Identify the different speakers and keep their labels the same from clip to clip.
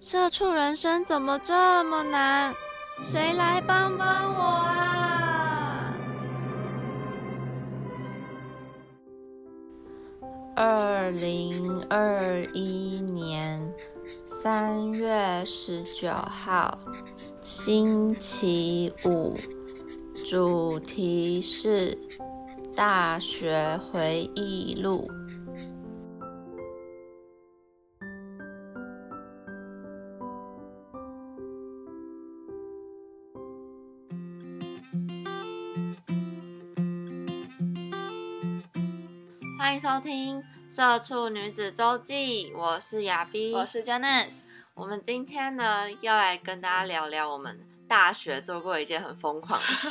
Speaker 1: 社畜人生怎么这么难？谁来帮帮我啊？二零二一年三月十九号，星期五，主题是大学回忆录。欢迎收听《社畜女子周记》，我是亚逼，
Speaker 2: 我是 Janice。
Speaker 1: 我们今天呢，要来跟大家聊聊我们大学做过一件很疯狂的 事，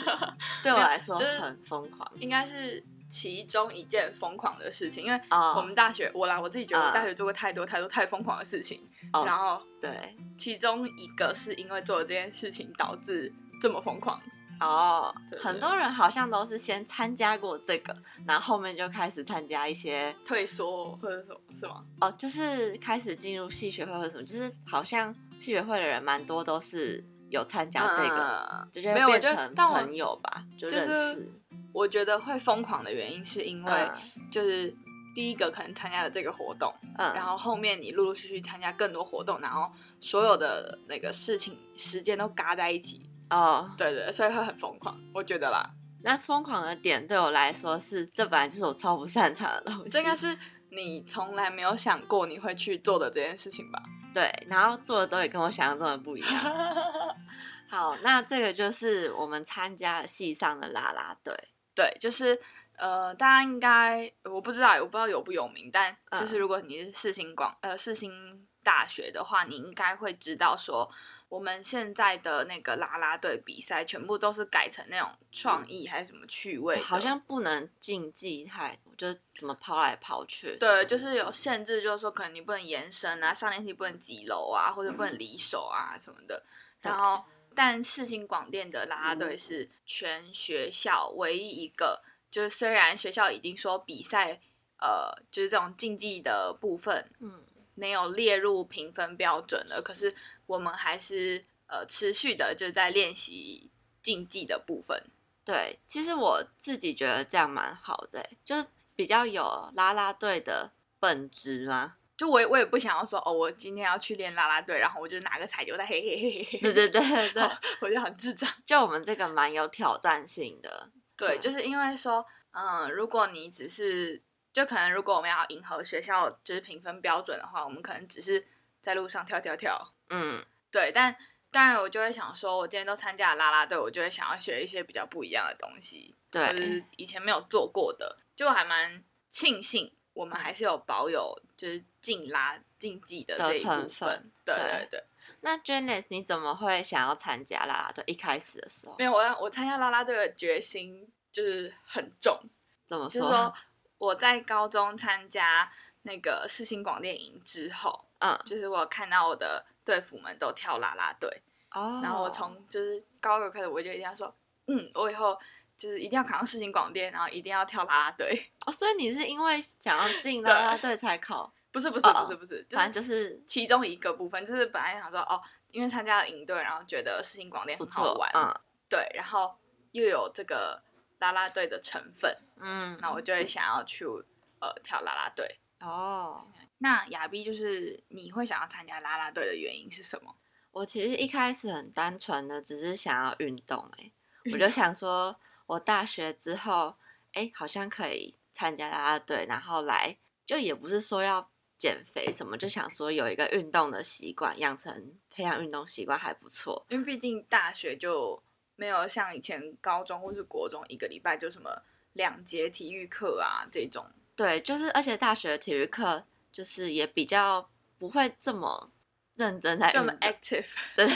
Speaker 1: 对我来说
Speaker 2: 就是
Speaker 1: 很疯狂
Speaker 2: 应该是其中一件疯狂的事情，因为
Speaker 1: 啊。
Speaker 2: 我们大学、我啦，我自己觉得
Speaker 1: 啊
Speaker 2: 我大学做过太多太多太疯狂的事情，
Speaker 1: 哦
Speaker 2: 然后
Speaker 1: 对
Speaker 2: 其中一个是因为做了这件事情导致这么疯狂，
Speaker 1: 哦
Speaker 2: 对，对
Speaker 1: 很多人好像都是先参加过这个，然后后面就开始参加一些
Speaker 2: 退缩或者什么是吗？
Speaker 1: 哦，就是开始进入系学会或者什么，就是好像系学会的人蛮多都是有参加这个，
Speaker 2: 嗯
Speaker 1: 就觉得
Speaker 2: 没有我
Speaker 1: 变
Speaker 2: 觉得
Speaker 1: 成
Speaker 2: 但我
Speaker 1: 朋友吧，就
Speaker 2: 就
Speaker 1: 认
Speaker 2: 是
Speaker 1: 识。
Speaker 2: 嗯我觉得会疯狂的原因是因为
Speaker 1: 嗯
Speaker 2: 就是第一个可能参加了这个活动，
Speaker 1: 嗯，
Speaker 2: 然后后面你陆陆续续参加更多活动，然后所有的那个事情时间都嘎在一起，
Speaker 1: 哦，
Speaker 2: 对对，所以会很疯狂，我觉得啦，
Speaker 1: 那疯狂的点对我来说是，这本来就是我超不擅长的东西。
Speaker 2: 这应该是你从来没有想过你会去做的这件事情吧？
Speaker 1: 对，然后做了之后也跟我想象中的不一样。好，那这个就是我们参加了系上的啦啦队。
Speaker 2: 对，就是呃，大家应该我不知道，我不知道有不有名，但
Speaker 1: 嗯
Speaker 2: 就是如果你是世新广呃世新大学的话，你应该会知道说，我们现在的那个啦啦队比赛全部都是改成那种创意还是什么趣味的，
Speaker 1: 哦好像不能竞技太，就是怎么抛来抛去。
Speaker 2: 对，就是有限制，就是说可能你不能延伸啊，上电梯不能几楼啊，或者不能离手啊什么的。
Speaker 1: 嗯对
Speaker 2: 然后，但世新广电的啦啦队是全学校唯一一个，就是虽然学校已经说比赛，呃，就是这种竞技的部分
Speaker 1: 嗯，
Speaker 2: 没有列入评分标准了，可是我们还是呃持续的就是在练习竞技的部分。
Speaker 1: 对。其实我自己觉得这样蛮好的、欸就是比较有啦啦队的本质嘛。
Speaker 2: 就我也我也不想要说哦，我今天要去练啦啦队，然后我就拿个彩球在嘿嘿嘿嘿嘿
Speaker 1: 对 对对对对，
Speaker 2: 我就很智障。
Speaker 1: 就我们这个蛮有挑战性的。
Speaker 2: 对，
Speaker 1: 对
Speaker 2: 就是因为说，嗯，如果你只是就可能，如果我们要迎合学校就是评分标准的话，我们可能只是在路上跳跳跳。
Speaker 1: 嗯，
Speaker 2: 对，但当然我就会想说，我今天都参加了啦啦队，我就会想要学一些比较不一样的东西，
Speaker 1: 对。
Speaker 2: 或者是以前没有做过的，就还蛮庆幸我们还是有保有就是进拉竞技的
Speaker 1: 的
Speaker 2: 这一部
Speaker 1: 成
Speaker 2: 分
Speaker 1: 分。
Speaker 2: 对
Speaker 1: 对
Speaker 2: 对对，
Speaker 1: 那 Janice，你怎么会想要参加啦？对，一开始的时候
Speaker 2: 没有我我参加啦啦队的决心就是很重。
Speaker 1: 怎么
Speaker 2: 就是说我在高中参加那个世新广电营之后，
Speaker 1: 嗯，
Speaker 2: 就是我有看到我的队服们都跳啦啦队，
Speaker 1: 哦，
Speaker 2: 然后我从就是高二开始我就一定要说，嗯，我以后就是一定要考上世新广电，然后一定要跳啦啦队。
Speaker 1: 哦，所以你是因为想要进啦啦队才考，
Speaker 2: 不是不是
Speaker 1: 哦
Speaker 2: 不是不是， 就
Speaker 1: 反
Speaker 2: 是
Speaker 1: 正就是
Speaker 2: 其中一个部分，就是本来想说哦，因为参加了营队，然后觉得世新广电
Speaker 1: 不
Speaker 2: 很好
Speaker 1: 错
Speaker 2: 玩，，
Speaker 1: 嗯
Speaker 2: 对，然后又有这个啦啦队的成分，
Speaker 1: 嗯，
Speaker 2: 那我就会想要去呃跳啦啦队。
Speaker 1: 哦，
Speaker 2: 那亚逼就是你会想要参加啦啦队的原因是什么？
Speaker 1: 我其实一开始很单纯的，只是想要运动、欸，我就想说，我大学之后，哎、好像可以参加啦啦队，然后来，就也不是说要减肥什么，就想说有一个运动的习惯，养成培养运动习惯还不错，
Speaker 2: 因为毕竟大学就没有像以前高中或是国中一个礼拜就什么两节体育课啊这种。
Speaker 1: 对，就是而且大学体育课就是也比较不会这么认真在
Speaker 2: 这么
Speaker 1: 运动
Speaker 2: active。
Speaker 1: 对对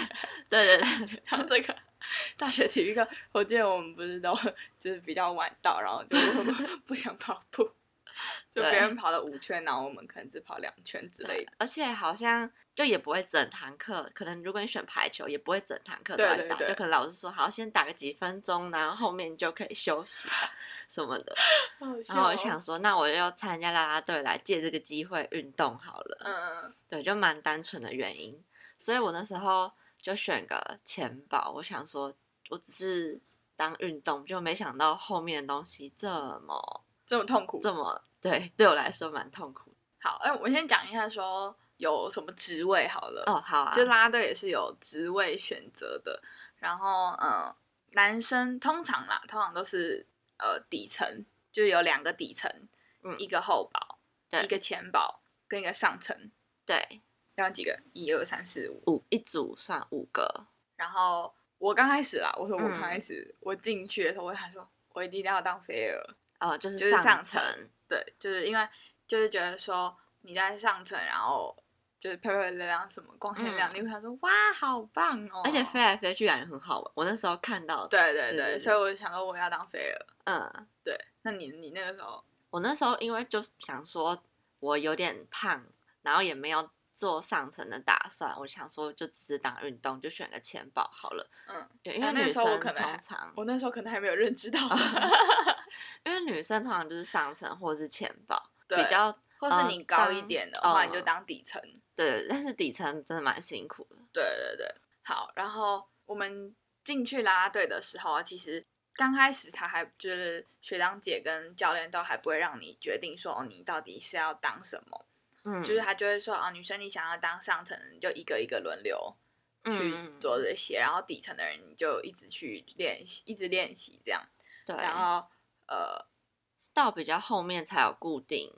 Speaker 1: 对对对，
Speaker 2: 然后这个 大学体育课，我记得我们不是都 就是比较晚到，然后就 不想跑步，就别
Speaker 1: 对
Speaker 2: 人跑了五圈，然后我们可能只跑两圈之类的。
Speaker 1: 而且好像就也不会整堂课，可能如果你选排球，也不会整堂课都
Speaker 2: 对
Speaker 1: 来
Speaker 2: 对
Speaker 1: 打，
Speaker 2: 对
Speaker 1: 就可能老师说好先打个几分钟，然后后面就可以休息 啊什么的。然后我就想，说，那我就参加啦啦队来借这个机会运动好了。
Speaker 2: 嗯，
Speaker 1: 对，就蛮单纯的原因。所以我那时候就选个钱包，我想说，我只是当运动，就没想到后面的东西这么
Speaker 2: 这么痛苦。
Speaker 1: 这么对，对我来说蛮痛苦
Speaker 2: 好，哎，我先讲一下说有什么职位好了。
Speaker 1: 的。哦，好啊，
Speaker 2: 就啦啦队也是有职位选择的。然后，嗯，男生通常啦，通常都是呃底层，就有两个底层，
Speaker 1: 嗯
Speaker 2: 一个后保，
Speaker 1: 对
Speaker 2: 一个前保，跟一个上层，
Speaker 1: 对
Speaker 2: 然后几个一二三四五。
Speaker 1: 五一组算五个，
Speaker 2: 然后我刚开始啦，我说我
Speaker 1: 嗯
Speaker 2: 刚开始、我进去的时候，我想说我一定要当菲尔，
Speaker 1: 哦，就是
Speaker 2: 就是上
Speaker 1: 层，
Speaker 2: 层对，就是因为就是觉得说你在上层，然后。就是漂漂亮亮，什么光鲜亮丽，我想说哇，好棒哦！
Speaker 1: 嗯而且飞来飞去感觉很好玩。我那时候看到，，
Speaker 2: 对对
Speaker 1: 对对
Speaker 2: 对，
Speaker 1: 对
Speaker 2: 所以我就想说我要当菲尔。
Speaker 1: 嗯，
Speaker 2: 对，那你你那个时候，
Speaker 1: 我那时候因为就想说我有点胖，然后也没有做上层的打算，我想说就只是当运动，就选个钱包好了。
Speaker 2: 嗯，
Speaker 1: 对因
Speaker 2: 啊
Speaker 1: 为
Speaker 2: 那
Speaker 1: 女
Speaker 2: 时候我
Speaker 1: 生
Speaker 2: 可能还
Speaker 1: 通常，
Speaker 2: 我那时候可能还没有认知到，
Speaker 1: 啊因为女生通常就是上层或是钱包
Speaker 2: 对
Speaker 1: 比较，
Speaker 2: 或是
Speaker 1: 呃
Speaker 2: 你高一点的
Speaker 1: 当
Speaker 2: 话，
Speaker 1: 嗯
Speaker 2: 你就当底层。
Speaker 1: 对，但是底层真的蛮辛苦的。
Speaker 2: 对对对，好。然后我们进去啦啦队的时候啊，其实刚开始他还就是学长姐跟教练都还不会让你决定说哦，你到底是要当什么，
Speaker 1: 嗯，
Speaker 2: 就是他就会说啊，女生你想要当上层，你就一个一个轮流。去
Speaker 1: 嗯
Speaker 2: 做这些，然后底层的人你就一直去练习，一直练习这样。
Speaker 1: 对，
Speaker 2: 然后呃，
Speaker 1: 到比较后面才有固定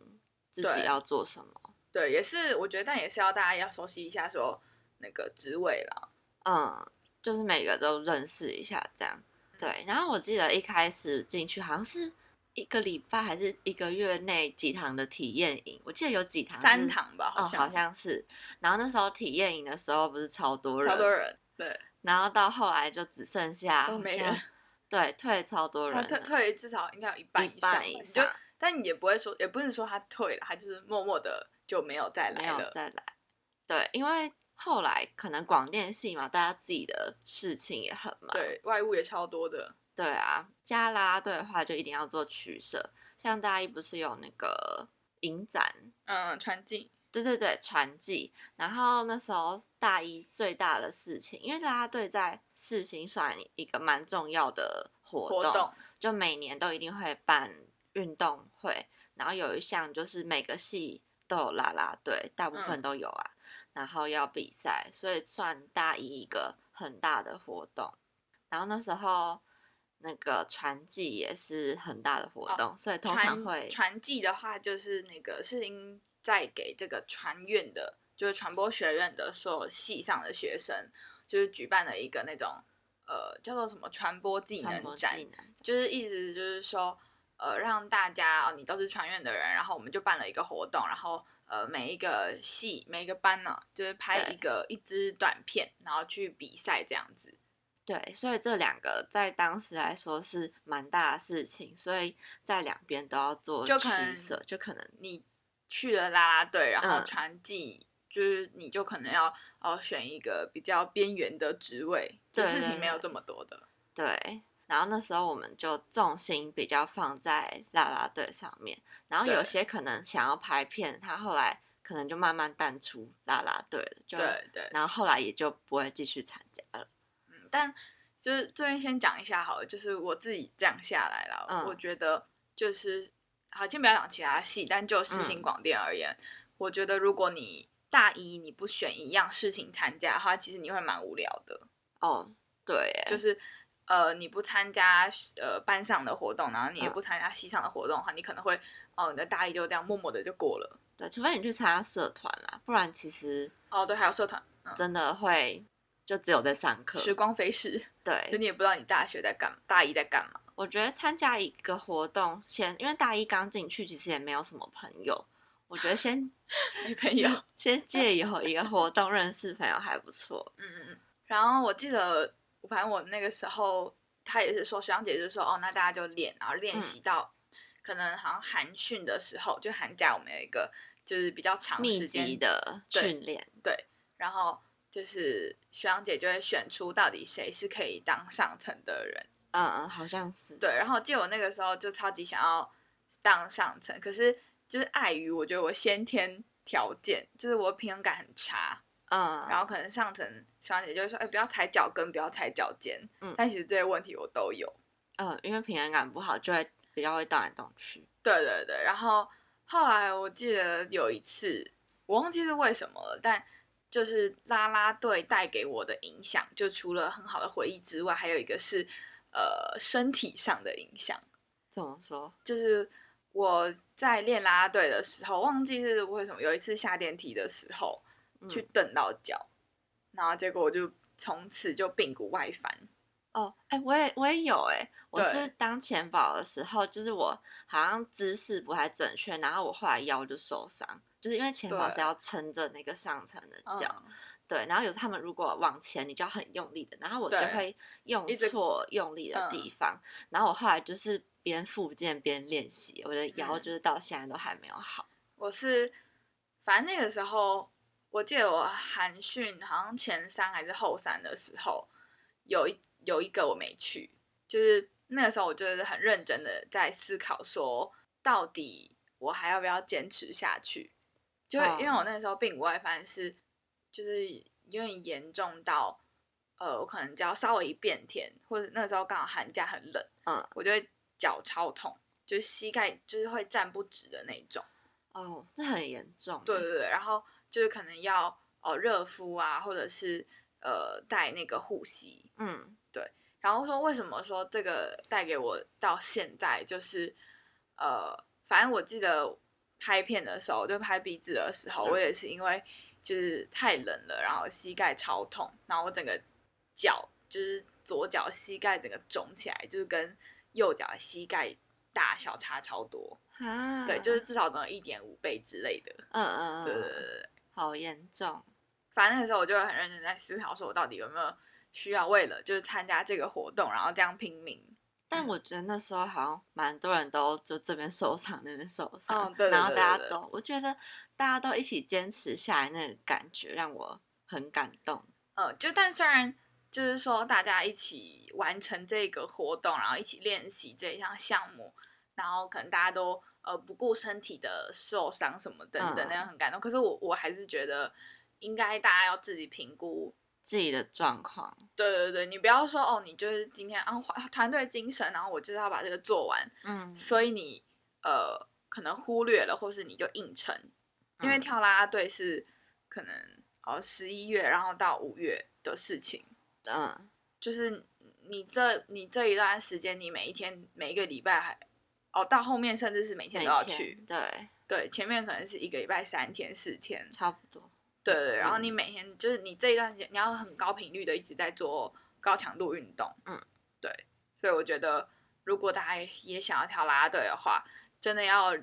Speaker 1: 自己
Speaker 2: 对
Speaker 1: 要做什么。
Speaker 2: 对，也是我觉得，但也是要大家要熟悉一下说那个职位啦。
Speaker 1: 嗯，就是每个都认识一下这样。对，然后我记得一开始进去好像是一个礼拜还是一个月内几堂的体验营，我记得有几堂是
Speaker 2: 三堂吧，
Speaker 1: 哦，
Speaker 2: 像、
Speaker 1: 好像是。然后那时候体验营的时候不是超多人，
Speaker 2: 超多人，对，
Speaker 1: 然后到后来就只剩下
Speaker 2: 都
Speaker 1: 好
Speaker 2: 没
Speaker 1: 像
Speaker 2: 人，
Speaker 1: 对，退超多人
Speaker 2: 他
Speaker 1: 了，
Speaker 2: 退退至少应该有一半
Speaker 1: 一
Speaker 2: 以上吧，
Speaker 1: 半以
Speaker 2: 你就
Speaker 1: 上
Speaker 2: 但你也不会说，也不是说他退了，他就是默默的就没有再
Speaker 1: 没
Speaker 2: 来
Speaker 1: 有
Speaker 2: 了。
Speaker 1: 再来。对，因为后来可能广电系嘛，大家自己的事情也很忙，
Speaker 2: 对外务也超多的，
Speaker 1: 对啊，加啦啦队的话就一定要做取舍。像大一不是有那个影展，
Speaker 2: 嗯，传进
Speaker 1: 对对对，传记。然后那时候大一最大的事情，因为啦啦队在世新算一个蛮重要的活
Speaker 2: 活
Speaker 1: 动，
Speaker 2: 动，
Speaker 1: 就每年都一定会办运动会，然后有一项就是每个系都有啦啦队，大部分
Speaker 2: 嗯
Speaker 1: 都有啊，然后要比赛，所以算大一一个很大的活动。然后那时候那个传记也是很大的活动，所以通常会
Speaker 2: 哦传传记的话，就是那个是应在给这个传院的，就是传播学院的所有系上的学生，就是举办了一个那种呃叫做什么传播技
Speaker 1: 传
Speaker 2: 能
Speaker 1: 播
Speaker 2: 展，
Speaker 1: 技能，
Speaker 2: 就是意思就是说。呃，让大家哦，你都是传院的人，然后我们就办了一个活动，然后呃，每一个系每一个班呢，就是拍
Speaker 1: 对
Speaker 2: 一个一支短片，然后去比赛这样子。
Speaker 1: 对，所以这两个在当时来说是蛮大的事情，所以在两边都要做
Speaker 2: 就可能
Speaker 1: 取舍，就可能
Speaker 2: 你去了啦啦队，然后
Speaker 1: 嗯
Speaker 2: 传记，就是你就可能要哦选一个比较边缘的职位，就
Speaker 1: 对
Speaker 2: 事
Speaker 1: 对
Speaker 2: 情没有
Speaker 1: 对
Speaker 2: 这么多的。
Speaker 1: 对，然后那时候我们就重心比较放在啦啦队上面，然后有
Speaker 2: 对
Speaker 1: 些可能想要拍片，他后来可能就慢慢淡出啦啦队了，就
Speaker 2: 对对，
Speaker 1: 然后后来也就不会继续参加了。
Speaker 2: 嗯，但就是这边先讲一下好了，就是我自己这样下来啦，
Speaker 1: 嗯
Speaker 2: 我觉得就是好，先不要讲其他戏，但就世新
Speaker 1: 嗯
Speaker 2: 广电而言，我觉得如果你大一你不选一样事情参加的话，其实你会蛮无聊的。
Speaker 1: 哦，对耶，
Speaker 2: 就是是呃，你不参加呃班上的活动，然后你也
Speaker 1: 嗯
Speaker 2: 不参加系上的活动的话，你可能会哦，你的大一就这样默默的就过了。
Speaker 1: 对，除非你去参加社团啦，不然其实
Speaker 2: 哦，对，还有社团，嗯，
Speaker 1: 真的会就只有在上课。
Speaker 2: 时光飞逝，就
Speaker 1: 对，
Speaker 2: 你也不知道你大学在干，大一在干嘛。
Speaker 1: 我觉得参加一个活动先，因为大一刚进去，其实也没有什么朋友。我觉得先
Speaker 2: 女朋友。
Speaker 1: 先借由一个活动认识朋友还不错。
Speaker 2: 嗯嗯嗯。然后我记得，反正我那个时候，他也是说，学长姐就说，哦，那大家就练，然后练
Speaker 1: 嗯
Speaker 2: 习到、可能好像寒训的时候，就寒假我们有一个就是比较长
Speaker 1: 密
Speaker 2: 时
Speaker 1: 集
Speaker 2: 间，
Speaker 1: 的
Speaker 2: 对
Speaker 1: 训练，嗯
Speaker 2: 然后就是学长姐就会选出到底谁是可以当上层的人。
Speaker 1: 嗯嗯，好像是。
Speaker 2: 对，然后记得我那个时候就超级想要当上层，可是就是碍于我觉得我先天条件，就是我平衡感很差，
Speaker 1: 嗯，
Speaker 2: 然后可能上层学长姐就会说，哎、不要踩脚跟，不要踩脚尖。
Speaker 1: 嗯
Speaker 2: 但其实这些问题我都有。
Speaker 1: 嗯，因为平衡感不好，就会比较会动来动去。
Speaker 2: 对对对，然后后来我记得有一次，我忘记是为什么了，但就是啦啦队带给我的影响，就除了很好的回忆之外，还有一个是呃身体上的影响。
Speaker 1: 怎么说？
Speaker 2: 就是我在练啦啦队的时候，忘记是为什么有一次下电梯的时候
Speaker 1: 嗯
Speaker 2: 去蹬到脚，然后结果我就从此就髌骨外翻。
Speaker 1: 哦，哎、我也我也有哎、我
Speaker 2: 对
Speaker 1: 是当钱宝的时候，就是我好像姿势不太正确，然后我后来腰就受伤，就是因为钱宝
Speaker 2: 对
Speaker 1: 是要撑着那个上层的
Speaker 2: 嗯
Speaker 1: 脚，对，然后有时候他们如果往前，你就要很用力的，然后我就
Speaker 2: 对
Speaker 1: 会用
Speaker 2: 一直嗯
Speaker 1: 错用力的地方，然后我后来就是边复健边练习，我的腰
Speaker 2: 嗯
Speaker 1: 就是到现在都还没有好，
Speaker 2: 我是反正那个时候，我记得我寒训好像前三还是后三的时候，有一有一个我没去，就是那个时候我就是很认真的在思考说，到底我还要不要坚持下去？就
Speaker 1: 哦
Speaker 2: 因为我那时候髌骨外翻是就是有点严重到，呃，我可能只要稍微一变天，或者那时候刚好寒假很冷，
Speaker 1: 嗯，
Speaker 2: 我就会脚超痛，就是膝盖就是会站不直的那种。
Speaker 1: 哦，那很严重欸，
Speaker 2: 对对对，然后就是可能要哦热敷啊，或者是呃带那个护膝。
Speaker 1: 嗯，
Speaker 2: 然后说为什么说这个带给我到现在就是呃，反正我记得拍片的时候，就拍鼻子的时候，
Speaker 1: 嗯
Speaker 2: 我也是因为就是太冷了，然后膝盖超痛，然后我整个脚就是左脚膝盖整个肿起来，就是跟右脚膝盖大小差超多，
Speaker 1: 啊，
Speaker 2: 对，就是至少能一点五倍之类的。
Speaker 1: 嗯嗯嗯，
Speaker 2: 对对对
Speaker 1: 嗯
Speaker 2: 对。
Speaker 1: 好严重，
Speaker 2: 反正那个时候我就很认真在思考，说我到底有没有需要为了就是参加这个活动，然后这样拼命。嗯
Speaker 1: 但我觉得那时候好像蛮多人都就这边受伤，那边受伤，
Speaker 2: 嗯对对
Speaker 1: 然后
Speaker 2: 对
Speaker 1: 大家
Speaker 2: 对对
Speaker 1: 都，我觉得大家都一起坚持下来，那个感觉让我很感动。
Speaker 2: 呃，就但虽然就是说大家一起完成这个活动，然后一起练习这一项项目，然后可能大家都呃不顾身体的受伤什么等等
Speaker 1: 嗯，
Speaker 2: 那样很感动。可是我我还是觉得应该大家要自己评估。
Speaker 1: 自己的状况，
Speaker 2: 对对对，你不要说哦，你就是今天啊团团队精神，然后我就是要把这个做完，
Speaker 1: 嗯，
Speaker 2: 所以你呃可能忽略了，或是你就硬撑，因为
Speaker 1: 嗯
Speaker 2: 跳啦啦队是可能呃十一月，然后到五月的事情，
Speaker 1: 嗯，
Speaker 2: 就是你这你这一段时间，你每一天每一个礼拜还哦到后面甚至是每天
Speaker 1: 每
Speaker 2: 都要去
Speaker 1: 天，对，
Speaker 2: 对，前面可能是一个礼拜三天四天，
Speaker 1: 差不多，
Speaker 2: 对对，对然后
Speaker 1: 嗯
Speaker 2: 你每天就是你这一段时间，你要很高频率的一直在做高强度运动，
Speaker 1: 嗯，
Speaker 2: 对，所以我觉得如果大家也想要跳啦啦队的话，真的要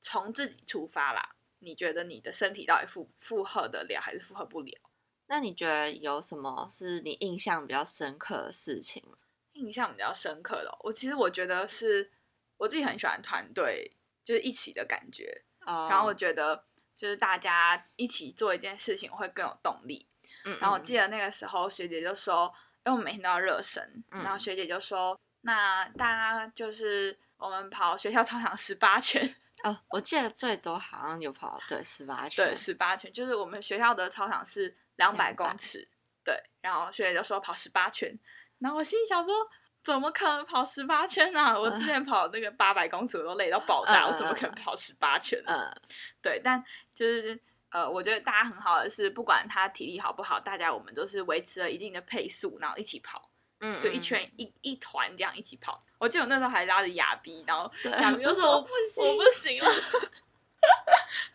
Speaker 2: 从自己出发啦。你觉得你的身体到底负负荷得了还是负荷不了？
Speaker 1: 那你觉得有什么是你印象比较深刻的事情吗？
Speaker 2: 印象比较深刻的哦、我其实我觉得是我自己很喜欢团队，就是一起的感觉，
Speaker 1: 哦
Speaker 2: 然后我觉得就是大家一起做一件事情会更有动力。
Speaker 1: 嗯
Speaker 2: 然后我
Speaker 1: 嗯
Speaker 2: 记得那个时候学姐就说，因为我们每天都要热身，
Speaker 1: 嗯
Speaker 2: 然后学姐就说，那大家就是我们跑学校操场十八圈，
Speaker 1: 哦，我记得最多好像有跑对十八圈，
Speaker 2: 对，十八圈，就是我们学校的操场是两百
Speaker 1: 200
Speaker 2: 公尺，对，然后学姐就说跑十八圈，然后我心里想说。怎么可能跑十八圈啊！我之前跑那个八百公尺，我都累到爆
Speaker 1: 嗯
Speaker 2: 炸，
Speaker 1: 嗯嗯
Speaker 2: 我怎么可能跑十八圈、啊？
Speaker 1: 嗯
Speaker 2: 对，但就是呃，我觉得大家很好的是，不管他体力好不好，大家我们都是维持了一定的配速，然后一起跑，
Speaker 1: 嗯，
Speaker 2: 就一圈一一团这样一起跑。我记得我那时候还拉着亚逼， 然后
Speaker 1: 对
Speaker 2: 亚逼就
Speaker 1: 我
Speaker 2: 说
Speaker 1: 说
Speaker 2: 我
Speaker 1: 我
Speaker 2: 不
Speaker 1: 不
Speaker 2: 行，我不行了，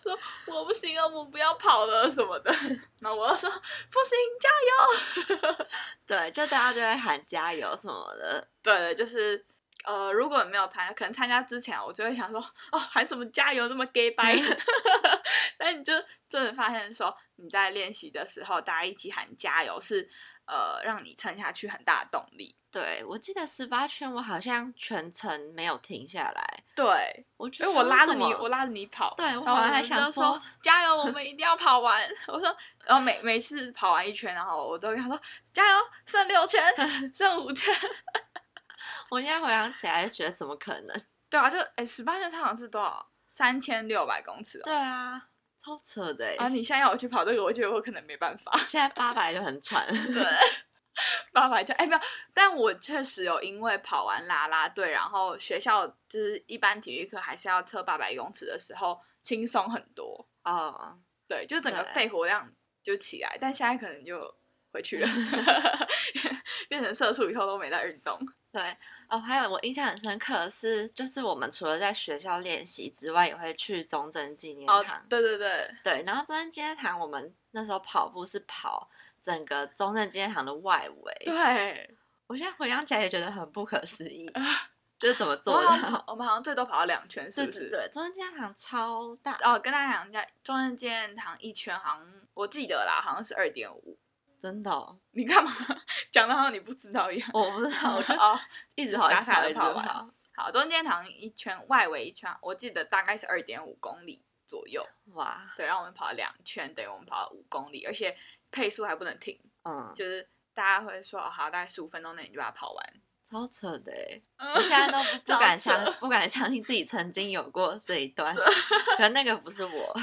Speaker 2: 说我不行了，我不要跑了什么的。 然后我就说不行，加油！
Speaker 1: 对，就大家就会喊加油什么的，
Speaker 2: 对，就是呃，如果没有参加，可能参加之前啊我就会想说，哦，喊什么加油，那么 gay 掰。 但你就真的发现说，你在练习的时候，大家一起喊加油是呃，让你撑下去很大的动力。
Speaker 1: 对，我记得十八圈，我好像全程没有停下来。
Speaker 2: 对，
Speaker 1: 我觉
Speaker 2: 因
Speaker 1: 得
Speaker 2: 为我拉着你，我
Speaker 1: 拉，
Speaker 2: 拉着你跑。
Speaker 1: 对我
Speaker 2: 然
Speaker 1: 好
Speaker 2: 后
Speaker 1: 像还
Speaker 2: 还
Speaker 1: 想
Speaker 2: 想说加油，我们一定要跑完。 我说，然后每每次跑完一圈，然后我都跟他说加油，剩 六圈，剩五圈。
Speaker 1: 我现在回想起来就觉得怎么可 能？
Speaker 2: 对啊，就哎，十八圈它好像是多少？三千六百公尺哦。
Speaker 1: 对啊，超扯的、欸。
Speaker 2: 啊，你现在要我去跑这个，我觉得我可能没办法。
Speaker 1: 现在八百就很喘。
Speaker 2: 对，八百圈，哎，没有，但我确实有因为跑完啦啦队，然后学校就是一般体育课还是要测八百公尺的时候轻松很多，
Speaker 1: 哦，
Speaker 2: 对，就整个
Speaker 1: 对
Speaker 2: 肺活量就起来，但现在可能就回去了，
Speaker 1: 嗯
Speaker 2: 变成社畜以后都没在运动。
Speaker 1: 对哦，还有我印象很深刻的是，就是我们除了在学校练习之外，也会去中正纪念
Speaker 2: 哦
Speaker 1: 堂。，
Speaker 2: 对对对，
Speaker 1: 对，然后中正纪念堂，我们那时候跑步是跑整个中正纪念堂的外围。
Speaker 2: 对，啊
Speaker 1: 我现在回想起来也觉得很不可思议，就是怎么
Speaker 2: 我
Speaker 1: 做
Speaker 2: 们好
Speaker 1: 到
Speaker 2: 像？我们好像最多跑到两圈，是
Speaker 1: 对
Speaker 2: 不是？
Speaker 1: 对对，中正纪念堂超大，
Speaker 2: 哦，跟大家讲一下，中正纪念堂一圈好像我记得啦，好像是二点五。
Speaker 1: 真的哦、
Speaker 2: 你干嘛 讲的好像你不知道一样？
Speaker 1: 我不知道，我就
Speaker 2: 哦，
Speaker 1: 一直
Speaker 2: 就
Speaker 1: 跑，一
Speaker 2: 傻
Speaker 1: 直
Speaker 2: 傻
Speaker 1: 跑，
Speaker 2: 的
Speaker 1: 一直
Speaker 2: 跑完
Speaker 1: 跑。
Speaker 2: 好，中间堂一圈，外围一圈，我记得大概是二点五公里左右。
Speaker 1: 哇，
Speaker 2: 对，然后我们跑了两圈，等于我们跑了五公里，而且配速还不能停，
Speaker 1: 嗯，
Speaker 2: 就是大家会说，哦、好，大概十五分钟内你就把它跑完。
Speaker 1: 超扯的欸我
Speaker 2: 嗯
Speaker 1: 现在都不
Speaker 2: 超
Speaker 1: 不敢
Speaker 2: 扯
Speaker 1: 相不敢相信自己曾经有过这一段，可那个不是我。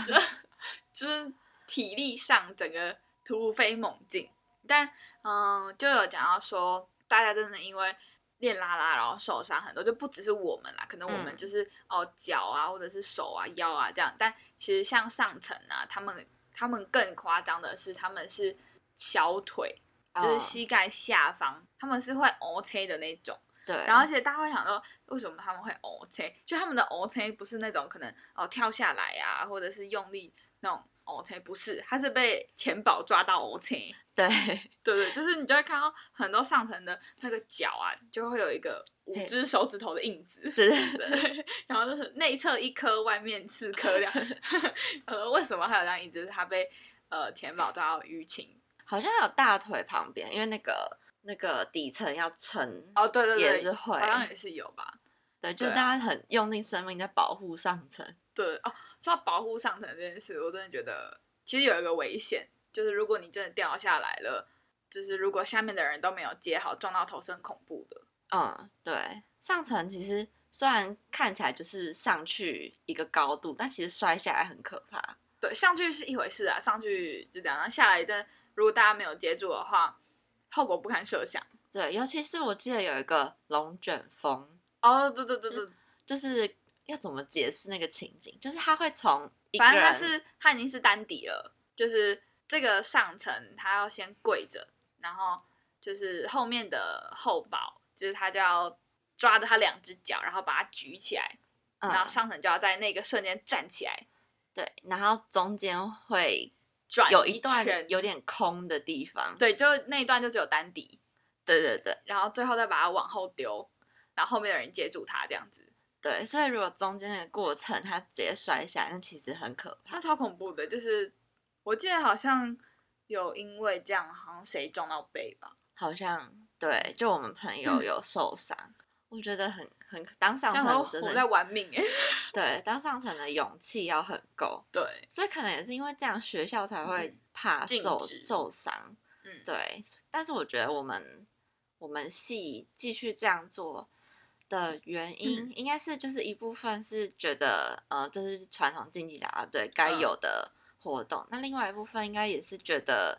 Speaker 2: 就是体力上整个突飞猛进。但嗯，就有讲到说，大家真的因为练拉拉然后受伤很多，就不只是我们啦，可能我们
Speaker 1: 嗯
Speaker 2: 就是、哦脚啊或者是手啊腰啊这样。但其实像上层啊，他们他们更夸张的是，他们是小腿，就是
Speaker 1: 哦
Speaker 2: 膝盖下方，他们是会 OK 的那种。
Speaker 1: 对，
Speaker 2: 然后，而且大家会想说，为什么他们会 O C？就他们的 O C 不是那种可能哦、呃跳下来啊，或者是用力那种 O C，不是，他是被钱宝抓到 O C。
Speaker 1: 对，
Speaker 2: 对对，就是你就会看到很多上层的那个脚啊，就会有一个五
Speaker 1: 嘿
Speaker 2: 只手指头的印子。
Speaker 1: 对 对对，
Speaker 2: 对，然后就是内侧一颗，外面四颗 这样。呃，为什么还有这样印子？就是他被呃钱宝抓到淤青。
Speaker 1: 好像有大腿旁边，因为那个那个底层要撑，
Speaker 2: 哦，对对对，
Speaker 1: 也是会
Speaker 2: 好像也是有吧。
Speaker 1: 对，就
Speaker 2: 对啊
Speaker 1: 大家很用力生命在保护上层。
Speaker 2: 对哦，说到保护上层这件事，我真的觉得其实有一个危险，就是如果你真的掉下来了，就是如果下面的人都没有接好，撞到头是很恐怖的。
Speaker 1: 嗯，对，上层其实虽然看起来就是上去一个高度，但其实摔下来很可怕。
Speaker 2: 对，上去是一回事啊，上去就这样，然后下来但如果大家没有接住的话，后果不堪设想。
Speaker 1: 对，尤其是我记得有一个龙卷风，
Speaker 2: 哦，对对对对，
Speaker 1: 嗯就是要怎么解释那个情景？就是它会从一个
Speaker 2: 反正他
Speaker 1: 人
Speaker 2: 是他已经是单底了，就是这个上层他要先跪着，然后就是后面的后保，就是他就要抓着他两只脚，然后把它举起来。
Speaker 1: 嗯
Speaker 2: 然后上层就要在那个瞬间站起来
Speaker 1: 对，然后中间会
Speaker 2: 转
Speaker 1: 有
Speaker 2: 一
Speaker 1: 一段
Speaker 2: 圈
Speaker 1: 有点空的地方。
Speaker 2: 对，就那一段就只有单底，
Speaker 1: 对对对
Speaker 2: 然后最后再把它往后丢，然后后面的人接住它这样子，
Speaker 1: 对，所以如果中间的过程他直接摔下来，那其实很可怕。
Speaker 2: 那超恐怖的。就是我记得好像有因为这样，好像谁撞到背吧，
Speaker 1: 好像对，就我们朋友有受伤，我觉得很很当上
Speaker 2: 然后
Speaker 1: 层真
Speaker 2: 嗯我在
Speaker 1: 的
Speaker 2: 玩命哎、
Speaker 1: 对当上层的勇气要很够，
Speaker 2: 对，
Speaker 1: 所以可能也是因为这样，学校才会
Speaker 2: 嗯
Speaker 1: 怕
Speaker 2: 禁
Speaker 1: 受
Speaker 2: 止
Speaker 1: 受伤。
Speaker 2: 嗯，
Speaker 1: 对，但是我觉得我们我们系继续这样做的原
Speaker 2: 嗯
Speaker 1: 因，应该是就是一部分是觉得，呃，这是传统竞技啦啦队该
Speaker 2: 嗯
Speaker 1: 有的活动，那另外一部分应该也是觉得，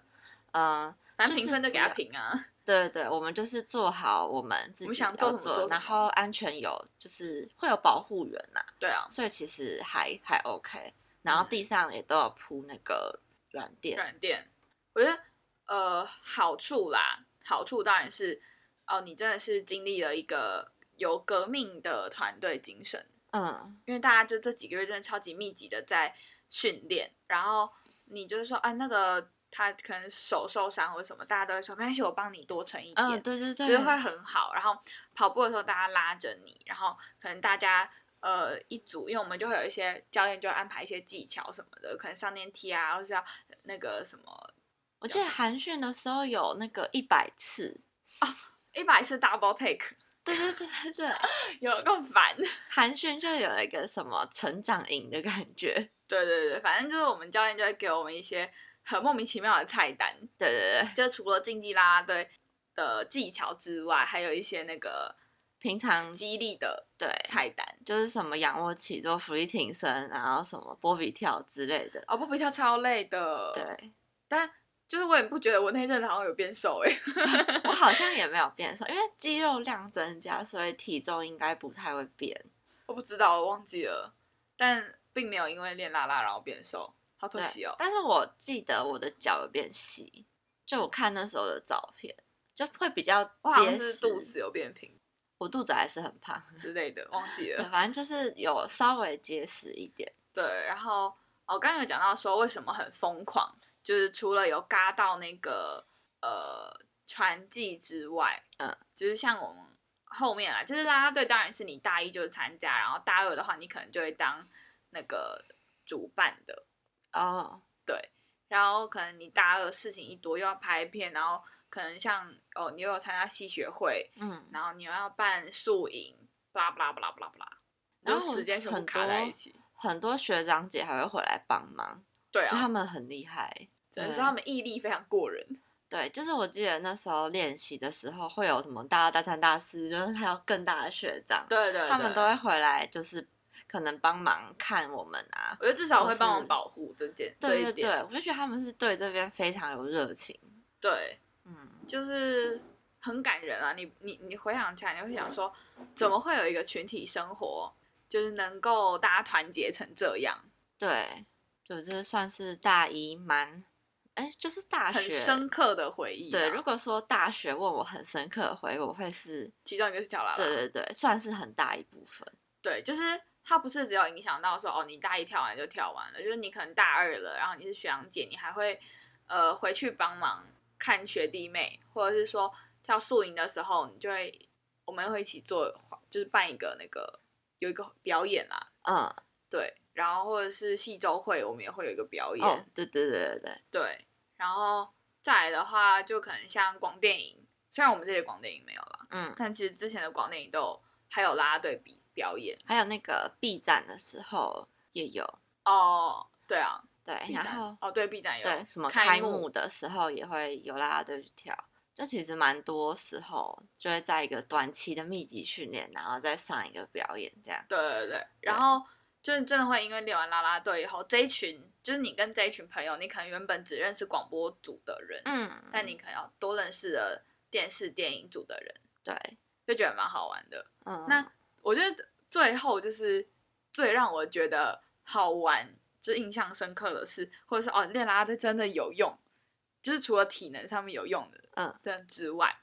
Speaker 1: 嗯、
Speaker 2: 反
Speaker 1: 就
Speaker 2: 正
Speaker 1: 是
Speaker 2: 评分就给他
Speaker 1: 不要
Speaker 2: 评啊，
Speaker 1: 对对，我们就是做好我们自己
Speaker 2: 我们想
Speaker 1: 要
Speaker 2: 做什么做什
Speaker 1: 然
Speaker 2: 么
Speaker 1: 后安全有就是会有保护员呐、
Speaker 2: 对 啊，
Speaker 1: 所以其实还还 OK，然后地上也都有铺那个软垫，
Speaker 2: 嗯软垫，我觉得呃好处啦，好处当然是哦、你真的是经历了一个有革命的团队精神，
Speaker 1: 嗯，
Speaker 2: 因为大家就这几个月真的超级密集的在训练，然后你就是说，啊，那个他可能手受伤或者什么，大家都会说没关系，我帮你多撑一点。
Speaker 1: 嗯，对对对，
Speaker 2: 就是会很好。然后跑步的时候，大家拉着你，然后可能大家呃一组，因为我们就会有一些教练就会安排一些技巧什么的，可能上电梯啊，或是要那个什么
Speaker 1: 我记得韩训的时候有那个一百次啊，
Speaker 2: 一百次 double take，
Speaker 1: 对对对对对，
Speaker 2: 有够烦。
Speaker 1: 韩训就有一个什么成长营的感觉，
Speaker 2: 对对对，反正就是我们教练就会给我们一些很莫名其妙的菜单，
Speaker 1: 对对对，
Speaker 2: 就除了竞技啦啦队的技巧之外，还有一些那个
Speaker 1: 平常
Speaker 2: 激励的
Speaker 1: 对
Speaker 2: 菜单。
Speaker 1: 就是什么仰卧起坐、俯卧挺身，然后什么波比跳之类的，
Speaker 2: 哦，不比跳超累的，，
Speaker 1: 对。
Speaker 2: 但就是我也不觉得我那一阵子好像有变瘦哎、
Speaker 1: 我好像也没有变瘦，因为肌肉量增加，所以体重应该不太会变。
Speaker 2: 我不知道，我忘记了，但并没有因为练拉拉然后变瘦，好可
Speaker 1: 对
Speaker 2: 惜哦。
Speaker 1: 但是我记得我的脚有变细，就我看那时候的照片，就会比较
Speaker 2: 我好
Speaker 1: 结
Speaker 2: 像是
Speaker 1: 实。
Speaker 2: 肚子有变平
Speaker 1: 我肚子还是很 胖，
Speaker 2: 之类的，忘记
Speaker 1: 对
Speaker 2: 了。
Speaker 1: 反正就是有稍微结实一点。
Speaker 2: 对，然后哦，刚刚有讲到说为什么很疯狂，就是除了有嘎到那个呃传记之外，
Speaker 1: 嗯，
Speaker 2: 就是像我们后面啊，就是啦啦队当然是你大一就是参加，然后大二的话你可能就会当那个主办的，
Speaker 1: 哦，
Speaker 2: 然后可能你大二事情一多，又要拍片，然后可能像哦，你又有参加戏学会，
Speaker 1: 嗯，
Speaker 2: 然后你又要办宿营，巴拉巴拉巴拉巴拉巴拉，
Speaker 1: 然
Speaker 2: 然
Speaker 1: 后
Speaker 2: 后时间全部
Speaker 1: 很
Speaker 2: 卡在
Speaker 1: 多
Speaker 2: 一起。
Speaker 1: 哦很多学长姐还会回来帮忙，
Speaker 2: 对
Speaker 1: 就他
Speaker 2: 啊，
Speaker 1: 们很厉害。
Speaker 2: 只是
Speaker 1: 对
Speaker 2: 他们毅力非常过人。
Speaker 1: 对，就是我记得那时候练习的时候，会有什么大二、大三、大四，就是还有更大的学长，
Speaker 2: 对对对，
Speaker 1: 他们都会回来，就是可能帮忙看我们啊。
Speaker 2: 我觉得至少
Speaker 1: 都
Speaker 2: 会帮
Speaker 1: 是
Speaker 2: 忙保护这件
Speaker 1: 对
Speaker 2: 这
Speaker 1: 对
Speaker 2: 一
Speaker 1: 对
Speaker 2: 点。，
Speaker 1: 我就觉得他们是对这边非常有热情。
Speaker 2: 对，
Speaker 1: 嗯，
Speaker 2: 就是很感人啊！你你你回想起来，你会想说，怎么会有一个群体生活，就是能够大家团结成这样，
Speaker 1: 对，就这算是大一蛮，哎，就是大
Speaker 2: 很
Speaker 1: 学。
Speaker 2: 深刻的回忆啊、
Speaker 1: 对，如果说大学问我很深刻的回忆，我会是，
Speaker 2: 其中一个是小啦啦，
Speaker 1: 对对对，算是很大一部分。
Speaker 2: 对，就是它不是只有影响到说哦，你大一跳完就跳完了，就是你可能大二了，然后你是学长姐，你还会呃回去帮忙看学弟妹，或者是说跳宿营的时候，你就会我们会一起做，就是办一个那个有一个表演啦，
Speaker 1: 嗯，
Speaker 2: 对，然后或者是戏周会，我们也会有一个表演，
Speaker 1: 哦，对对对对对，
Speaker 2: 对，然后再来的话，就可能像广电影，虽然我们这些广电影没有了，
Speaker 1: 嗯，
Speaker 2: 但其实之前的广电影都有还有啦啦队比表演
Speaker 1: 还有那个 B 站的时候也有，
Speaker 2: 哦，对啊，
Speaker 1: 对，
Speaker 2: B
Speaker 1: 然
Speaker 2: 站
Speaker 1: 后
Speaker 2: 哦，对，B 站有
Speaker 1: 对什么
Speaker 2: 开
Speaker 1: 开幕的时候也会有啦啦队去跳，就其实蛮多时候就会在一个短期的密集训练，然后再上一个表演这样。
Speaker 2: 对对对，然后就是真的会因为练完啦啦队以后，这一群就是你跟这一群朋友，你可能原本只认识广播组的人，
Speaker 1: 嗯，
Speaker 2: 但你可能要多认识了电视电影组的人，
Speaker 1: 对，
Speaker 2: 就觉得蛮好玩的。
Speaker 1: 嗯，
Speaker 2: 那我觉得最后就是最让我觉得好玩、就是印象深刻的是，或者是哦，练啦啦队真的有用，就是除了体能上面有用的，
Speaker 1: 嗯，
Speaker 2: 这样之外，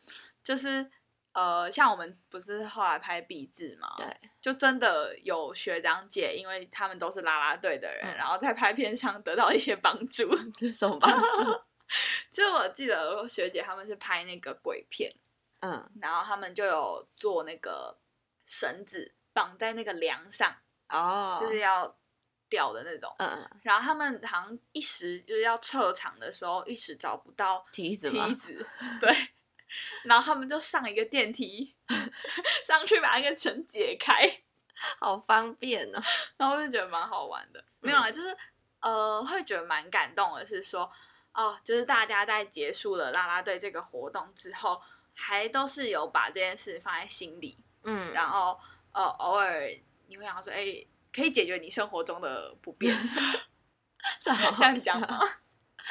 Speaker 2: 就是呃，像我们不是后来拍壁纸嘛，
Speaker 1: 对，
Speaker 2: 就真的有学长姐，因为他们都是啦啦队的人，
Speaker 1: 嗯
Speaker 2: 然后在拍片上得到一些帮助。
Speaker 1: 这是什么帮助？
Speaker 2: 就是我记得我学姐他们是拍那个鬼片，
Speaker 1: 嗯，
Speaker 2: 然后他们就有做那个绳子绑在那个梁上，
Speaker 1: 哦，
Speaker 2: 就是要吊的那种。
Speaker 1: 嗯嗯，
Speaker 2: 然后他们好像一时就是要撤场的时候，一时找不到
Speaker 1: 梯子吗
Speaker 2: 梯？子，对。然后他们就上一个电 梯上去把那个绳解开，
Speaker 1: 好方便 哦。
Speaker 2: 然后我就觉得蛮好玩的。没有啊，
Speaker 1: 嗯
Speaker 2: 就是呃，会觉得蛮感动的是说，哦，就是大家在结束了啦啦队这个活动之后，还都是有把这件事放在心里，
Speaker 1: 嗯，
Speaker 2: 然后呃，偶尔你会想到说，哎、可以解决你生活中的不 便，
Speaker 1: 这好
Speaker 2: 这样讲
Speaker 1: 笑
Speaker 2: 吗？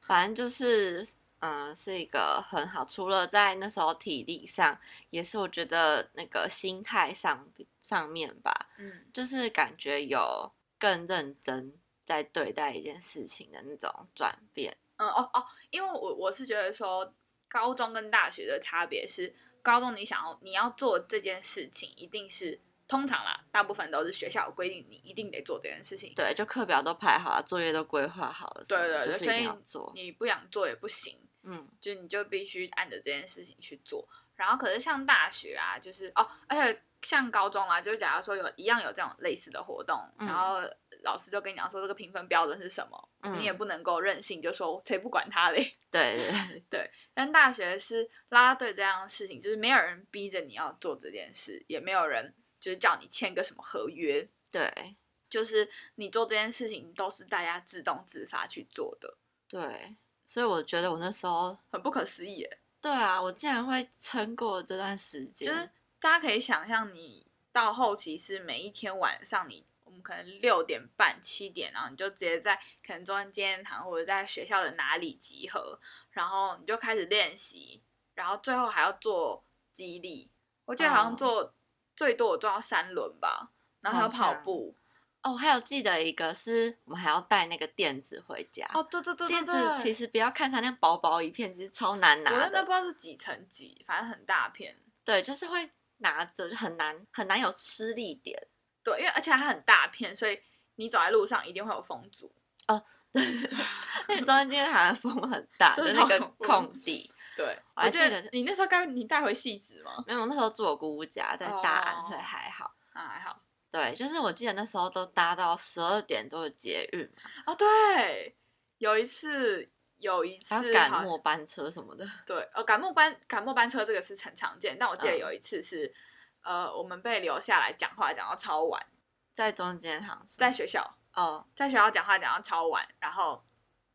Speaker 1: 反正就是，嗯，是一个很好，除了在那时候体力上，也是我觉得那个心态上上面吧，
Speaker 2: 嗯，
Speaker 1: 就是感觉有更认真在对待一件事情的那种转变。
Speaker 2: 嗯哦哦，因为我我是觉得说，高中跟大学的差别是，高中你想要你要做这件事情，一定是通常啦，大部分都是学校有规定你一定得做这件事情。
Speaker 1: 对，就课表都排好了，作业都规划好了，
Speaker 2: 对对
Speaker 1: 就
Speaker 2: 对，
Speaker 1: 是一
Speaker 2: 所
Speaker 1: 定
Speaker 2: 以
Speaker 1: 要做。
Speaker 2: 你不想做也不行，
Speaker 1: 嗯，
Speaker 2: 就你就必须按着这件事情去做。然后可是像大学啊，就是哦，而且像高中啊，就是假如说有一样有这种类似的活动，
Speaker 1: 嗯
Speaker 2: 然后老师就跟你讲说这个评分标准是什么，
Speaker 1: 嗯
Speaker 2: 你也不能够任性，就说谁不管他嘞。
Speaker 1: 对对对，
Speaker 2: 但大学是啦啦队这样的事情，就是没有人逼着你要做这件事，也没有人就是叫你签个什么合约，
Speaker 1: 对
Speaker 2: 就是你做这件事情都是大家自动自发去做的，
Speaker 1: 对，所以我觉得我那时候，
Speaker 2: 很不可思议耶。
Speaker 1: 对啊，我竟然会撑过这段时间，
Speaker 2: 就是大家可以想象，你到后期是每一天晚上你，我们可能六点半、七点，然后你就直接在可能中间纪念堂或者在学校的哪里集合，然后你就开始练习，然后最后还要做激励。我记得好像
Speaker 1: 哦
Speaker 2: 做、最多我做到三轮吧，然后还有
Speaker 1: 好
Speaker 2: 跑
Speaker 1: 像
Speaker 2: 步。
Speaker 1: 哦，我还有记得一个是我们还要带那个垫子回家。
Speaker 2: 哦，对对对对
Speaker 1: 垫子
Speaker 2: 对，
Speaker 1: 其实不要看它那样薄薄一片，其实超难
Speaker 2: 我
Speaker 1: 拿
Speaker 2: 那那不
Speaker 1: 的。
Speaker 2: 知道是几乘几，反正很大片。
Speaker 1: 对，就是会拿着很难很难有吃力点。
Speaker 2: 对，因为而且它很大片，所以你走在路上一定会有风阻。
Speaker 1: 那中间今天好像风很大，就
Speaker 2: 真的
Speaker 1: 是那个
Speaker 2: 好恐怖
Speaker 1: 空地。
Speaker 2: 对，
Speaker 1: 我还
Speaker 2: 记得
Speaker 1: 记得
Speaker 2: 你那时候该你带回细纸吗？
Speaker 1: 没有，那时候住我姑姑家，在大安，
Speaker 2: 哦
Speaker 1: 所以还好。
Speaker 2: 啊，还好。
Speaker 1: 对，就是我记得那时候都搭到十二点多的捷运嘛，
Speaker 2: 哦，对，有一次，有一次
Speaker 1: 还要
Speaker 2: 好
Speaker 1: 赶
Speaker 2: 像
Speaker 1: 末班车什么的。
Speaker 2: 对，呃，赶末班赶末班车这个是很常见，但我记得
Speaker 1: 嗯
Speaker 2: 有一次是，呃，我们被留下来讲话讲到超晚，
Speaker 1: 嗯在中间行是
Speaker 2: 在
Speaker 1: 吗，
Speaker 2: 学校
Speaker 1: 哦，
Speaker 2: 在学校讲话讲到超晚，然后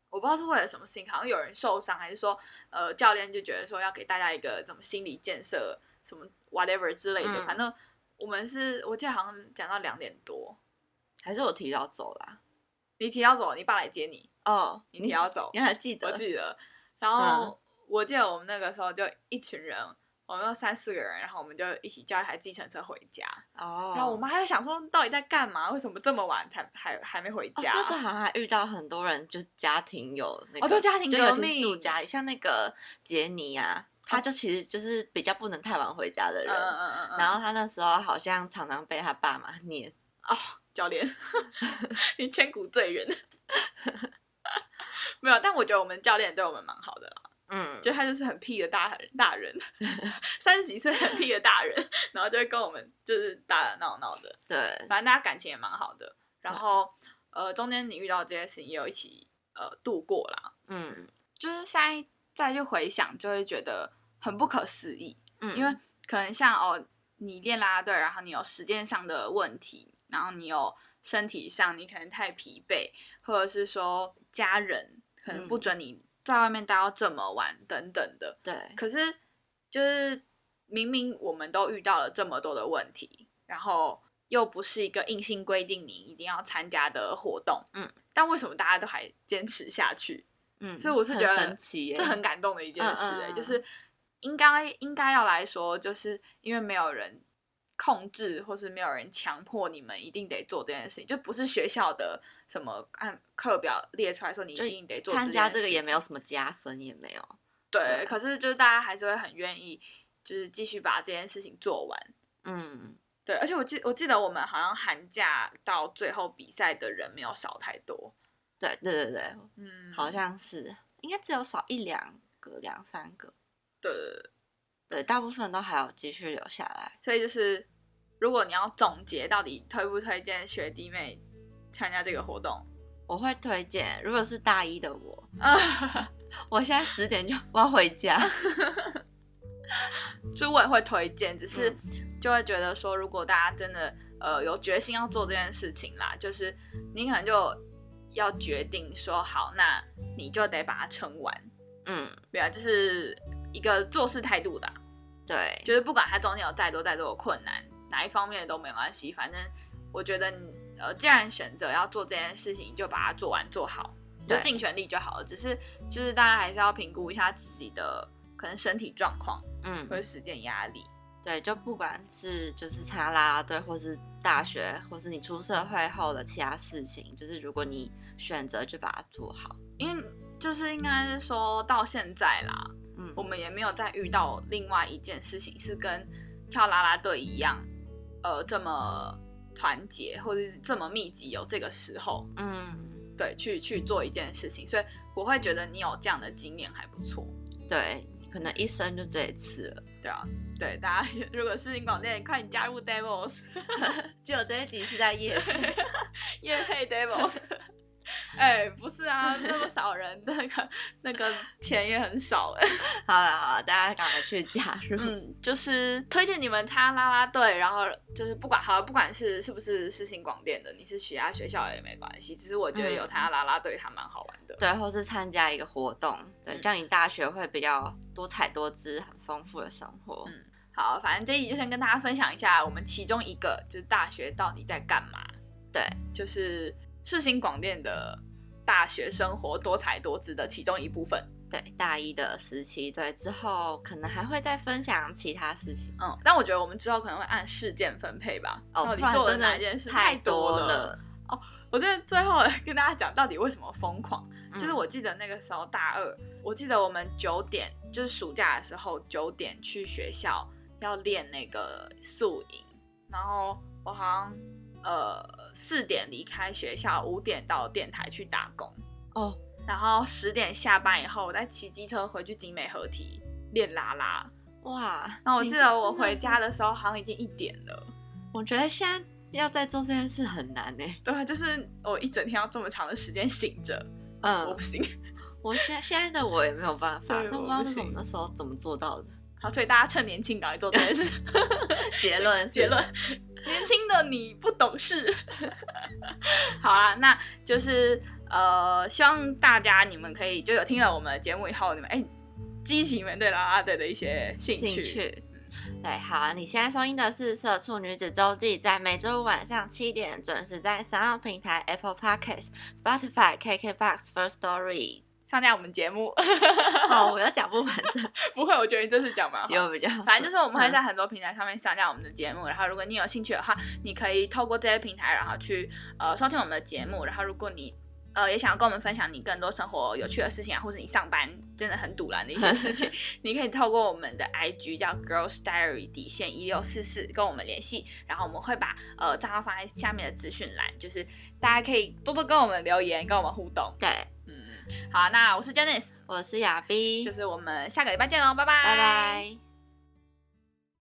Speaker 2: 我不知道是为了什么事情，好像有人受伤，还是说呃教练就觉得说要给大家一个什么心理建设什么 whatever 之类的，
Speaker 1: 嗯
Speaker 2: 反正我们是我记得好像讲到两点多，
Speaker 1: 还是我提早走啦。
Speaker 2: 你提要走，你爸来接你，
Speaker 1: 哦，
Speaker 2: 你提要走，
Speaker 1: 你还记
Speaker 2: 我
Speaker 1: 得？
Speaker 2: 记得。然
Speaker 1: 嗯
Speaker 2: 后我记得我们那个时候就一群人，我们有三四个人，然后我们就一起叫一台计程车回家。
Speaker 1: 哦，
Speaker 2: 然后我妈还在想说，到底在干嘛？为什么这么晚才还还没回
Speaker 1: 哦
Speaker 2: 家？
Speaker 1: 那时候好像还遇到很多人，就是家庭有那个，
Speaker 2: 哦对家庭
Speaker 1: 就尤其
Speaker 2: 革
Speaker 1: 是住
Speaker 2: 命
Speaker 1: 家里，像那个杰尼啊，他
Speaker 2: 哦
Speaker 1: 就其实就是比较不能太晚回家的
Speaker 2: 嗯
Speaker 1: 人。
Speaker 2: 嗯嗯嗯嗯，
Speaker 1: 然后他那时候好像常常被他爸妈念，
Speaker 2: 教练， 你千古罪人。 没有，但我觉得我们教练对我们蛮好的啦，
Speaker 1: 嗯，
Speaker 2: 就他就是很屁的大人，大 人，三十几岁很屁的大人，然后就会跟我们就是打打闹闹的。
Speaker 1: 对，
Speaker 2: 反正大家感情也蛮好的。然后呃，中间你遇到这些事情也有一起呃度过啦。
Speaker 1: 嗯
Speaker 2: 就是现在再去回想，就会觉得很不可思议，
Speaker 1: 嗯，
Speaker 2: 因为可能像哦，你练啦啦队，然后你有时间上的问题，然后你有身体上你可能太疲惫，或者是说家人可能不
Speaker 1: 嗯
Speaker 2: 准你在外面待到这么晚等等的。
Speaker 1: 对，
Speaker 2: 可是就是明明我们都遇到了这么多的问题，然后又不是一个硬性规定你一定要参加的活动，
Speaker 1: 嗯，
Speaker 2: 但为什么大家都还坚持下去？
Speaker 1: 嗯，
Speaker 2: 所以我是
Speaker 1: 很
Speaker 2: 觉得
Speaker 1: 神奇耶，
Speaker 2: 这很感动的一件事、
Speaker 1: 嗯嗯
Speaker 2: 哎、
Speaker 1: 嗯
Speaker 2: 就是应该应该要来说，就是因为没有人。控制或是没有人强迫你们一定得做这件事情，就不是学校的什么按课表列出来说你一
Speaker 1: 就
Speaker 2: 定得做
Speaker 1: 参加这
Speaker 2: 这
Speaker 1: 个
Speaker 2: 件事
Speaker 1: 也没有
Speaker 2: 情
Speaker 1: 什么加分，也没有，对
Speaker 2: 对，可是就是大家还是会很愿意，就是继续把这件事情做完。
Speaker 1: 嗯，
Speaker 2: 对，而且我记我记得我们好像寒假到最后比赛的人没有少太多，
Speaker 1: 对对对对，
Speaker 2: 嗯，
Speaker 1: 好像是，应该只有少一两个、两三个，
Speaker 2: 对对，对
Speaker 1: 对，大部分都还有继续留下来。
Speaker 2: 所以就是如果你要总结到底推不推荐学弟妹参加这个活动，
Speaker 1: 我会推荐，如果是大一的 我，我现在十点就我要回 家。
Speaker 2: 所以我也会推荐，只是
Speaker 1: 嗯
Speaker 2: 就会觉得说，如果大家真的呃有决心要做这件事情啦，就是你可能就要决定说好，那你就得把它撑完。
Speaker 1: 嗯，
Speaker 2: 对啊，就是一个做事态度的啊、
Speaker 1: 对，
Speaker 2: 就是不管它中间有再多再多的困难，哪一方面都没关系，反正我觉得你呃，既然选择要做这件事情，你就把它做完做好，就
Speaker 1: 对
Speaker 2: 尽全力就好了。只是就是大家还是要评估一下自己的可能身体状况
Speaker 1: 嗯
Speaker 2: 或，者时间压力。
Speaker 1: 对，就不管是就是查啦啦队，或是大学，或是你出社会后的其他事情，就是如果你选择就把它做好。
Speaker 2: 因为就是应该是说到现在啦，
Speaker 1: 嗯，
Speaker 2: 我们也没有再遇到另外一件事情是跟跳啦啦队一样，呃这么团结或者是这么密集，有这个时候
Speaker 1: 嗯，
Speaker 2: 对去去做一件事情，所以我会觉得你有这样的经验还不错。
Speaker 1: 对，可能一生就这一次了。
Speaker 2: 对啊，对大家如果是英广电，快点加入 Devils
Speaker 1: 就这一集是在 夜配
Speaker 2: 夜配 Devils。哎、不是啊，那么少人，那个那个钱也很少哎、
Speaker 1: 好了好了，大家赶快去加入。
Speaker 2: 嗯， 就是推荐你们他啦啦队，然后就是不管好，不管是是不是世新广电的，你是其他学校也没关系。只是我觉得
Speaker 1: 嗯
Speaker 2: 有参加啦啦队还蛮好玩的。
Speaker 1: 对，或是参加一个活动，对，
Speaker 2: 嗯
Speaker 1: 这样你大学会比较多彩多姿、很丰富的生活。
Speaker 2: 嗯好，反正这一集就先跟大家分享一下，我们其中一个就是大学到底在干嘛，
Speaker 1: 对，
Speaker 2: 就是世新广电的大学生活多彩多姿的其中一部分。
Speaker 1: 对，大一的时期，对，之后可能还会再分享其他事情。
Speaker 2: 嗯，但我觉得我们之后可能会按事件分配吧。
Speaker 1: 哦，
Speaker 2: 到底
Speaker 1: 不然
Speaker 2: 做了
Speaker 1: 真
Speaker 2: 哪
Speaker 1: 的
Speaker 2: 一件事
Speaker 1: 太
Speaker 2: 多
Speaker 1: 了。嗯
Speaker 2: 我在最后来跟大家讲，到底为什么疯狂？
Speaker 1: 嗯
Speaker 2: 就是我记得那个时候大二，我记得我们九点，就是暑假的时候九点去学校要练那个宿营，然后我好像呃四点离开学校，五点到电台去打工，
Speaker 1: 哦，
Speaker 2: 然后十点下班以后，我再骑机车回去景美合体练啦啦。
Speaker 1: 哇！
Speaker 2: 然后我
Speaker 1: 你
Speaker 2: 记
Speaker 1: 这真
Speaker 2: 得
Speaker 1: 的
Speaker 2: 我回
Speaker 1: 是
Speaker 2: 家，的时候好像已经一点了。
Speaker 1: 我觉得现在要再做这件事很难呢、
Speaker 2: 对啊，就是我一整天要这么长的时间醒着，我
Speaker 1: 嗯
Speaker 2: 不，行。
Speaker 1: 我现在现在的我也没有办法，
Speaker 2: 对
Speaker 1: 都不知
Speaker 2: 我
Speaker 1: 道那
Speaker 2: 不
Speaker 1: 种
Speaker 2: 行
Speaker 1: 那时候怎么做到的。
Speaker 2: 好，所以大家趁年轻赶快做这件事。
Speaker 1: 结论是
Speaker 2: 结论，年轻的你不懂事。 好啊，那就是呃，希望大家你们可以就有听了我们的节目以后，你们哎激起你们对啦啦队的一些兴趣。
Speaker 1: 兴趣。嗯对，好，啊你现在收听的是《社畜女子周记》，在每周五晚上七点准时在三号平台 Apple Podcasts、Spotify、KKBox、First Story。
Speaker 2: 上架我们节目，
Speaker 1: 哦，我又讲不完整，
Speaker 2: 不会，我觉得你这次讲蛮好的。
Speaker 1: 有比较顺，
Speaker 2: 反正就是我们会在
Speaker 1: 嗯
Speaker 2: 很多平台上面上架我们的节目，然后如果你有兴趣的话，你可以透过这些平台，然后去呃收听我们的节目，然后如果你呃也想要跟我们分享你更多生活有趣的事情啊，或是你上班真的很堵然的一些事 情，你可以透过我们的 IG 叫 Girls Diary 底线一六四四跟我们联系，然后我们会把呃账号放在下面的资讯栏，就是大家可以多多跟我们留言，跟我们互动。
Speaker 1: 对，
Speaker 2: 嗯，好，那我是 Janice，
Speaker 1: 我是亚斌，
Speaker 2: 就是我们下个礼拜见喽，拜拜，
Speaker 1: 拜拜。